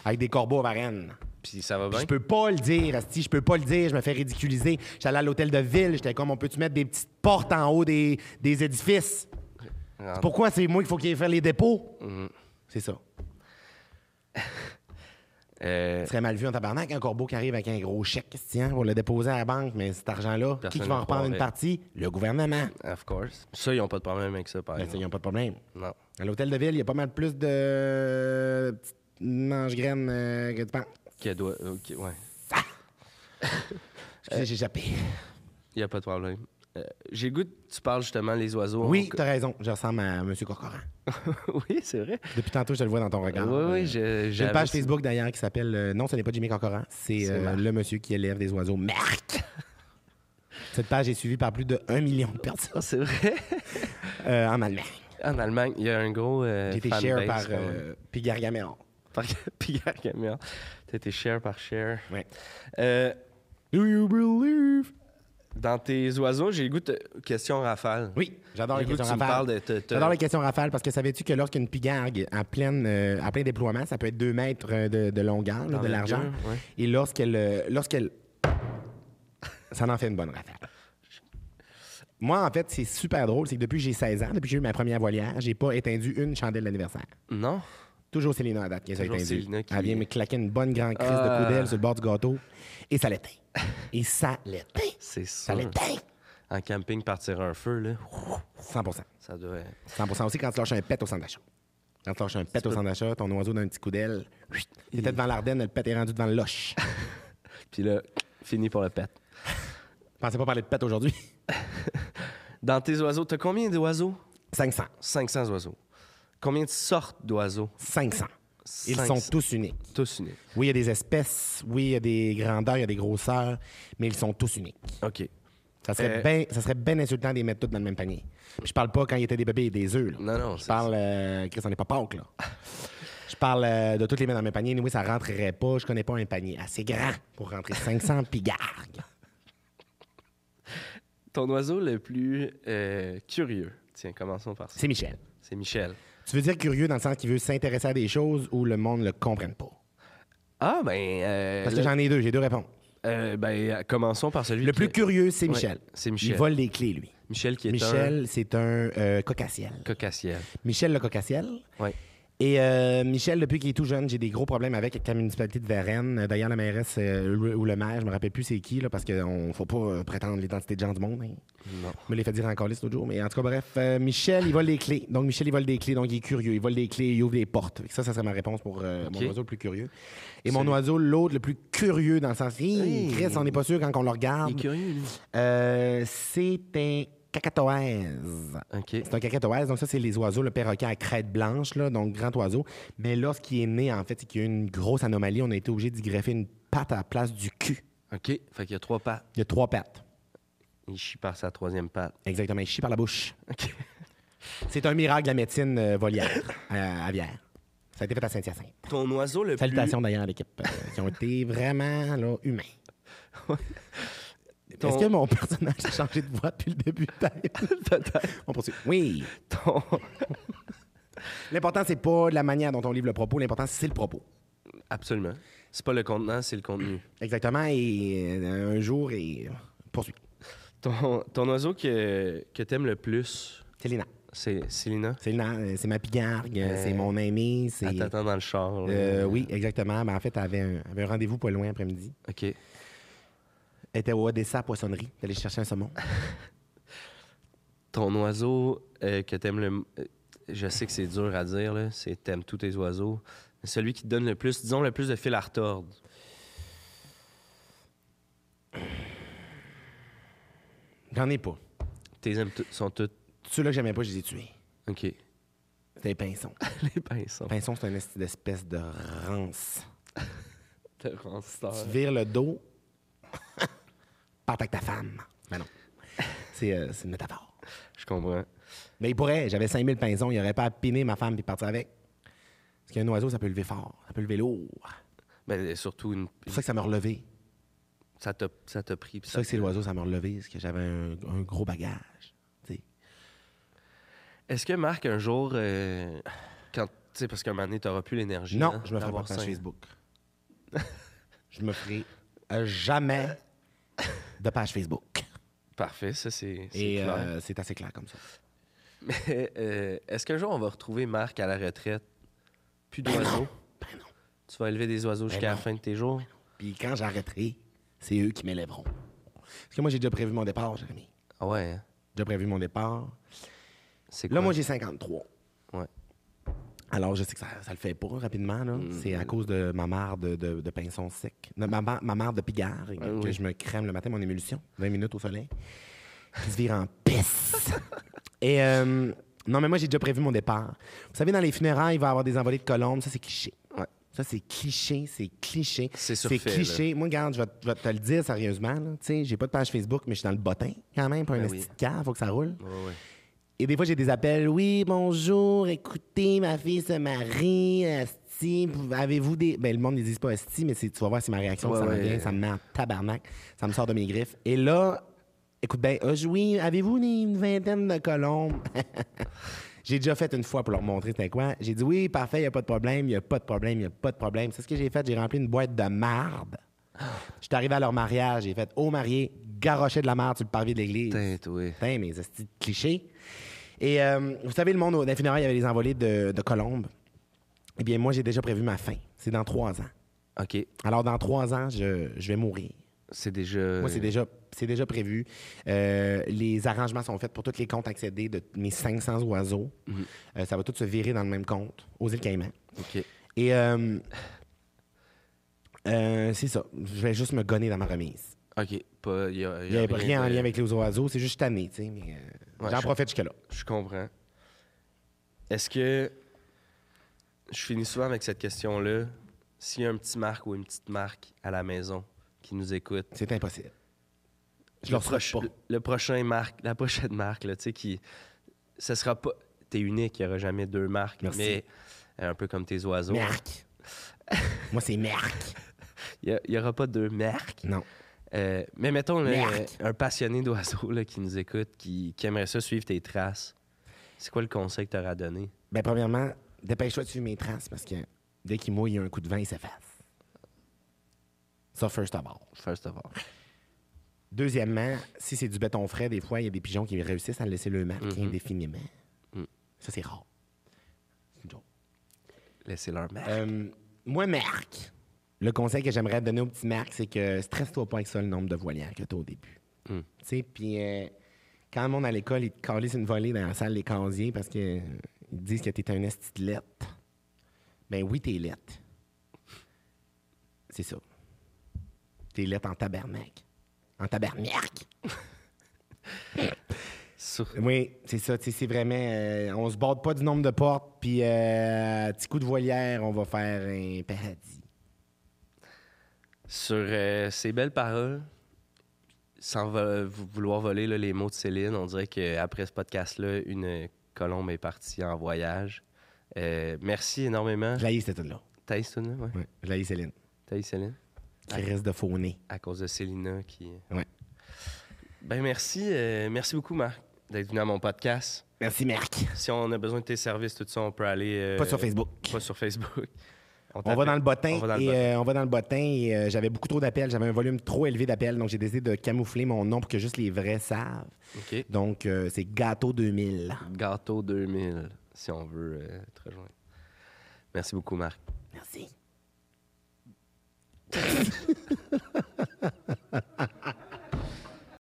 S3: avec des corbeaux à Varennes.
S1: Puis ça va
S3: Puis
S1: bien.
S3: Je peux pas le dire, Asti, je peux pas le dire, je me fais ridiculiser. J'allais à l'hôtel de ville, j'étais comme, on peut-tu mettre des petites portes en haut des, des édifices?
S1: Rentre-
S3: Pourquoi c'est moi qu'il faut qu'il fasse les dépôts?
S1: Mhm.
S3: C'est ça.
S1: Euh,
S3: Ce serait mal vu en tabarnak un corbeau qui arrive avec un gros chèque tiens, pour le déposer à la banque, mais cet argent-là, qui
S1: Personne
S3: va en
S1: ne
S3: reprendre
S1: croirait.
S3: une partie? Le gouvernement.
S1: of course. Ça, ils ont pas de problème avec ça, par
S3: Ben, ça,
S1: exemple.
S3: ils n'ont pas de problème.
S1: Non.
S3: À l'hôtel de ville, il y a pas mal plus de petites manches-graines euh, que tu penses.
S1: Qui doit... ok, ouais. Euh,
S3: Excusez, j'ai jappé.
S1: Il n'y a pas de problème. Euh, J'ai le goût, que tu parles justement les oiseaux.
S3: Oui,
S1: On-
S3: t'as raison, je ressemble à M. Corcoran.
S1: *laughs* oui, c'est vrai.
S3: Depuis tantôt, je te le vois dans ton regard.
S1: oui,
S3: Euh,
S1: oui, je-
S3: J'ai
S1: j'avais-
S3: une page Facebook d'ailleurs qui s'appelle euh, Non, ce n'est pas Jimmy Corcoran, c'est
S1: C'est
S3: euh,
S1: Marc.
S3: le monsieur qui élève des
S1: *laughs*
S3: oiseaux. Marc! Cette page est suivie par plus de 1 million de personnes
S1: Ah, c'est vrai. *laughs*
S3: euh, en Allemagne.
S1: en Allemagne, il y a un gros. Euh,
S3: J'ai été
S1: fanbase,
S3: share par
S1: ouais.
S3: euh, puis Gargamel.
S1: Par *laughs* Pierre Camion. T'as été share par share.
S3: Ouais.
S1: Euh,
S3: Do you believe?
S1: dans tes oiseaux, j'ai le goût de. Question rafale.
S3: Oui, j'adore
S1: J'ai
S3: les
S1: le goût
S3: questions
S1: que tu me parles
S3: rafales.
S1: de. te- te-
S3: J'adore les questions rafales parce que savais-tu que lorsqu'une pigargue à, pleine, euh, à plein déploiement, ça peut être 2 mètres euh, de, de longueur, là, de
S1: Envergure,
S3: l'argent.
S1: ouais.
S3: Et lorsqu'elle. euh, lorsqu'elle. Ça en fait une bonne rafale. Moi, en fait, c'est super drôle. C'est que depuis que j'ai 16 ans, depuis que j'ai eu ma première voilière, j'ai pas étendu une chandelle d'anniversaire.
S1: Non?
S3: Toujours Célina à date qui les a
S1: Toujours
S3: éteindues.
S1: Célina qui-
S3: Elle vient me claquer une bonne grande crise
S1: Ah.
S3: de coup d'aile sur le bord du gâteau. Et ça l'éteint. Et ça l'éteint.
S1: C'est
S3: Ça
S1: sûr.
S3: l'éteint.
S1: En camping, partir un feu, là,
S3: 100
S1: ça doit.
S3: 100 aussi quand tu lâches un pet au centre d'achat. Quand tu lâches un pet au centre d'achat, ton oiseau d'un petit coup d'aile, il était devant l'Ardenne, le pet est rendu devant le loche.
S1: Puis là, fini pour le pet.
S3: Pensez pas parler de pet aujourd'hui.
S1: Dans tes oiseaux, t'as combien d'oiseaux?
S3: 500.
S1: 500 oiseaux. Combien de sortes d'oiseaux?
S3: 500. Ils
S1: 500.
S3: sont tous uniques.
S1: Tous uniques.
S3: Oui, il y a des espèces, oui, il y a des grandeurs, il y a des grosseurs, mais ils sont tous uniques.
S1: OK.
S3: Ça serait
S1: Euh,
S3: bien ça serait ben insultant de les mettre toutes dans le même panier. Puis je parle pas quand ils étaient des bébés et des œufs. là.
S1: Non, non,
S3: Je
S1: c'est-
S3: parle, euh, Chris, on n'est pas Pâques, là. Je parle euh, de toutes les mettre dans le même panier. Oui, ça rentrerait pas. Je connais pas un panier assez grand pour rentrer *laughs* 500 pigargues.
S1: Ton oiseau le plus euh, curieux. Tiens, commençons par ça.
S3: C'est Michel.
S1: C'est Michel.
S3: Tu veux dire curieux dans le sens qu'il veut s'intéresser à des choses où le monde ne le comprenne pas?
S1: Ah, ben. euh,
S3: Parce que
S1: le-
S3: j'en ai deux, j'ai deux réponses.
S1: euh, ben, euh, commençons par celui
S3: Le
S1: qui-
S3: plus curieux, c'est
S1: Ouais,
S3: Michel.
S1: c'est Michel.
S3: Il vole les clés, lui.
S1: Michel qui est
S3: Michel, c'est un euh, cocassiel.
S1: un cocassiel.
S3: Michel le cocassiel.
S1: Ouais.
S3: Et euh, Michel, depuis qu'il est tout jeune, j'ai des gros problèmes avec, avec la municipalité de Varennes. Euh, D'ailleurs, la mairesse euh, le- ou le maire, je me rappelle plus c'est qui, là, parce qu'il ne faut pas euh, prétendre l'identité de gens du monde. hein.
S1: Non.
S3: Je me l'ai fait dire encore liste l'autre jour. Mais en tout cas, bref, euh, Michel, il vole des clés. Donc, Michel, il vole des clés. Donc, il est curieux. Il vole des clés, il ouvre des portes. Fait que Ça, ça serait ma réponse pour euh,
S1: Ok.
S3: mon oiseau le plus curieux. Et mon oiseau, l'autre, le plus curieux dans le sens. Hi,
S1: Hey.
S3: Chris, on n'est pas sûr quand on le regarde.
S1: Il est curieux, lui.
S3: Euh, c'est un cacatoès.
S1: OK.
S3: C'est un cacatoès, donc ça, c'est les oiseaux, le perroquet à crête blanche, là, donc grand oiseau. Mais là, ce qui est né, en fait, c'est qu'il y a eu une grosse anomalie. On a été obligé d'y greffer une patte à la place du cul.
S1: OK. Fait qu'il y a trois pattes.
S3: Il y a trois pattes.
S1: Il chie par sa troisième patte.
S3: Exactement, il chie par la bouche.
S1: OK.
S3: C'est un miracle de la médecine euh, volière, euh, aviaire. Ça a été fait à Saint-Hyacinthe.
S1: Ton oiseau le
S3: Salutations d'ailleurs à l'équipe, *laughs* euh, qui ont été vraiment là, humains.
S1: plus...
S3: Est-ce que mon personnage a changé de voix depuis le début? *laughs* peut-être?
S1: *laughs* Peut-être.
S3: On poursuit. Oui.
S1: Ton...
S3: L'important, c'est pas la manière dont on livre le propos. L'important, c'est le propos.
S1: Absolument. C'est pas le contenant, c'est le contenu.
S3: Exactement. Et euh, un jour, et poursuit.
S1: Ton, ton oiseau que, que t'aimes le plus,
S3: C'est Léna.
S1: c'est Célina.
S3: C'est Léna, euh, c'est ma pigargue, euh, c'est mon ami. C'est,
S1: Elle t'attend dans le char. là.
S3: Euh, oui, exactement. Mais en fait, elle avait un, elle avait un rendez-vous pas loin après-midi.
S1: OK.
S3: Elle était au Odessa Poissonnerie. Elle allait chercher un saumon.
S1: Ton oiseau euh, que t'aimes le... euh, Je sais que c'est dur à dire, là. C'est t'aimes tous tes oiseaux. Mais celui qui te donne le plus, disons, le plus de fil à retordre.
S3: J'en ai pas.
S1: Tes aimes tous- sont tous...
S3: Ceux-là que j'aimais pas, je les ai tués.
S1: OK. *laughs*
S3: C'était les pinsons.
S1: Les pinceaux.
S3: Pinson, c'est une esti d'espèce de rance.
S1: T'es ranceur.
S3: Tu vires le dos, *laughs* parte avec ta femme. Mais non. C'est, euh, c'est une métaphore.
S1: Je comprends.
S3: Mais il pourrait. J'avais 5000 pinsons. Il aurait pas à piner ma femme puis partir avec. Parce qu'un oiseau, ça peut lever fort. Ça peut lever lourd. C'est
S1: Mais Ben, surtout, une...
S3: pour ça que ça m'a relevé.
S1: ça t'a ça t'a pris. puis
S3: C'est pour ça que c'est l'oiseau, ça m'a relevé. Parce que j'avais un, un gros bagage. tu sais.
S1: Est-ce que Marc, un jour, euh, quand tu sais, parce qu'à un moment donné, t'auras plus l'énergie.
S3: Non,
S1: hein,
S3: je me ferai pas
S1: d'avoir
S3: de page
S1: ça.
S3: Facebook. je me ferai euh, jamais de page Facebook.
S1: Parfait, ça c'est c'est
S3: Et
S1: clair.
S3: euh, c'est assez clair comme ça.
S1: *laughs* Mais euh, est-ce qu'un jour on va retrouver Marc à la retraite, plus d'oiseaux
S3: Ben non. Ben
S1: Tu vas élever des oiseaux jusqu'à la
S3: non.
S1: fin de tes jours
S3: Puis quand j'arrêterai, c'est eux qui m'élèveront. Parce que moi, j'ai déjà prévu mon départ, Jérémy.
S1: Ah ouais. hein?
S3: J'ai déjà prévu mon départ.
S1: C'est quoi
S3: Là, moi, j'ai 53.
S1: Ouais.
S3: Alors, je sais que ça, ça le fait pas rapidement. là.
S1: Mm.
S3: C'est à cause de ma mare de, de, de pinson sec. Non, ma, ma- ma mare de pigard. que
S1: Ah oui.
S3: je me crème le matin, mon émulsion. 20 minutes au soleil. Qui se vire en
S1: *laughs*
S3: pisse. Et euh, non, mais moi, j'ai déjà prévu mon départ. Vous savez, dans les funérailles, il va y avoir des envolées de colombes. Ça, c'est cliché.
S1: Ouais.
S3: Ça, c'est cliché, c'est cliché.
S1: C'est
S3: C'est
S1: surfait, là.
S3: cliché. Moi, regarde, je vais, te- je vais te le dire sérieusement. là. Tu sais, j'ai pas de page Facebook, mais je suis dans le bottin quand même, pas un
S1: Ben oui.
S3: esti de cave, faut que ça roule.
S1: Ouais, ouais.
S3: Et des fois, j'ai des appels. Oui, bonjour, écoutez, ma fille se marie, Asti, avez-vous des. Ben, le monde ne dit pas Asti, mais c'est- tu vas voir, c'est ma réaction,
S1: Ouais,
S3: ça me
S1: ouais.
S3: vient, ça me met en tabarnak, ça me sort de mes griffes. Et là, écoute, ben, euh, oui, avez-vous des- une vingtaine de colombes? *laughs* j'ai déjà fait une fois pour leur montrer c'était quoi. J'ai dit oui, parfait, il a pas de problème, il a pas de problème, il a pas de problème. C'est ce que j'ai fait, j'ai rempli une boîte de marde. Je suis arrivé à leur mariage, j'ai fait au marié, garrocher de la marde sur le parvis de l'église.
S1: Putain, toi.
S3: Putain, mais c'est cliché. Et euh, vous savez, le monde, au- dans les funérailles, il y avait les envolées de, de colombes. Eh bien, moi, j'ai déjà prévu ma fin. C'est dans trois ans.
S1: Ok,
S3: Alors, dans trois ans, je, je vais mourir.
S1: c'est déjà.
S3: Moi, c'est déjà, c'est déjà prévu. Euh, les arrangements sont faits pour tous les comptes accédés de mes 500 oiseaux.
S1: Mhm.
S3: Euh, ça va tout se virer dans le même compte, aux îles Caïmans.
S1: Ok.
S3: Et euh, euh, c'est ça. Je vais juste me gonner dans ma remise.
S1: Ok. Pas. Il y a, y a
S3: Il n'y a rien en
S1: de-
S3: lien avec les oiseaux. C'est juste tanné, tu sais. mais, euh,
S1: Ouais,
S3: J'en
S1: je-
S3: profite jusque-là.
S1: Je comprends. Est-ce que. Je finis souvent avec cette question-là. S'il y a un petit Marc ou une petite Marc à la maison qui nous écoute,
S3: C'est impossible. Je leur souhaite
S4: proche-
S3: pas.
S4: le-
S1: Le prochain marque, la prochaine marque, là, tu sais, qui. Ça sera pas. T'es unique, il n'y aura jamais deux marques.
S3: Merci.
S1: Mais euh, un peu comme tes oiseaux. *laughs*
S3: Merc. Moi, c'est Merc.
S1: Il n'y aura pas deux marques.
S3: Non.
S1: Euh, mais mettons là,
S3: Merc.
S1: euh, un passionné d'oiseaux là, qui nous écoute, qui, qui aimerait ça suivre tes traces. C'est quoi le conseil que tu auras donné?
S3: Ben, premièrement, dépêche-toi de suivre mes traces parce que dès qu'il mouille, il y a un coup de vent, il s'efface. Ça, first of all.
S1: First of all.
S3: Deuxièmement, si c'est du béton frais, des fois, il y a des pigeons qui réussissent à laisser le marque
S1: Mhm.
S3: indéfiniment.
S1: Mm.
S3: Ça, c'est rare. C'est une joke.
S1: Laissez leur marque.
S3: Euh, moi, Marc, le conseil que j'aimerais donner au petit Marc, c'est que stresse-toi pas avec ça le nombre de volières que t'as au début.
S1: Mm.
S3: Tu sais, puis euh, quand le monde à l'école, ils te calissent une volée dans la salle des casiers parce qu'ils disent que t'es un esti de lettre. Ben oui, t'es lettre. C'est ça. T'es lettre en tabarnak. En tabarnak!
S1: Sur-
S3: Oui, c'est ça. tu sais, C'est vraiment. euh, on se borde pas du nombre de portes, puis euh, petit coup de volière, on va faire un paradis.
S1: Sur euh, ces belles paroles, sans vo- vou- vouloir voler là, les mots de Céline, on dirait qu'après ce podcast-là, une colombe est partie en voyage. Euh, merci énormément.
S3: Je la haïs, cette là
S1: Thaïs, toi, là, ouais.
S3: Ouais, je la haïs, Céline.
S1: Thaïs, Céline.
S3: Qui reste de faux nez.
S1: À cause de Célina qui.
S3: Ouais.
S1: Ben merci. euh, merci beaucoup, Marc, d'être venu à mon podcast.
S3: Merci, Merc.
S1: Si on a besoin de tes services, tout ça, on peut aller. euh,
S3: Pas sur Facebook.
S1: Pas sur Facebook.
S3: *laughs* On va dans le bottin.
S1: On va dans le
S3: et,
S1: bottin.
S3: euh, on va dans le bottin et euh, j'avais beaucoup trop d'appels. J'avais un volume trop élevé d'appels, donc j'ai décidé de camoufler mon nom pour que juste les vrais savent.
S1: OK.
S3: Donc, euh, c'est Gâteau 2000.
S1: Gâteau 2000, si on veut euh, te rejoindre. Merci beaucoup, Marc.
S3: Merci.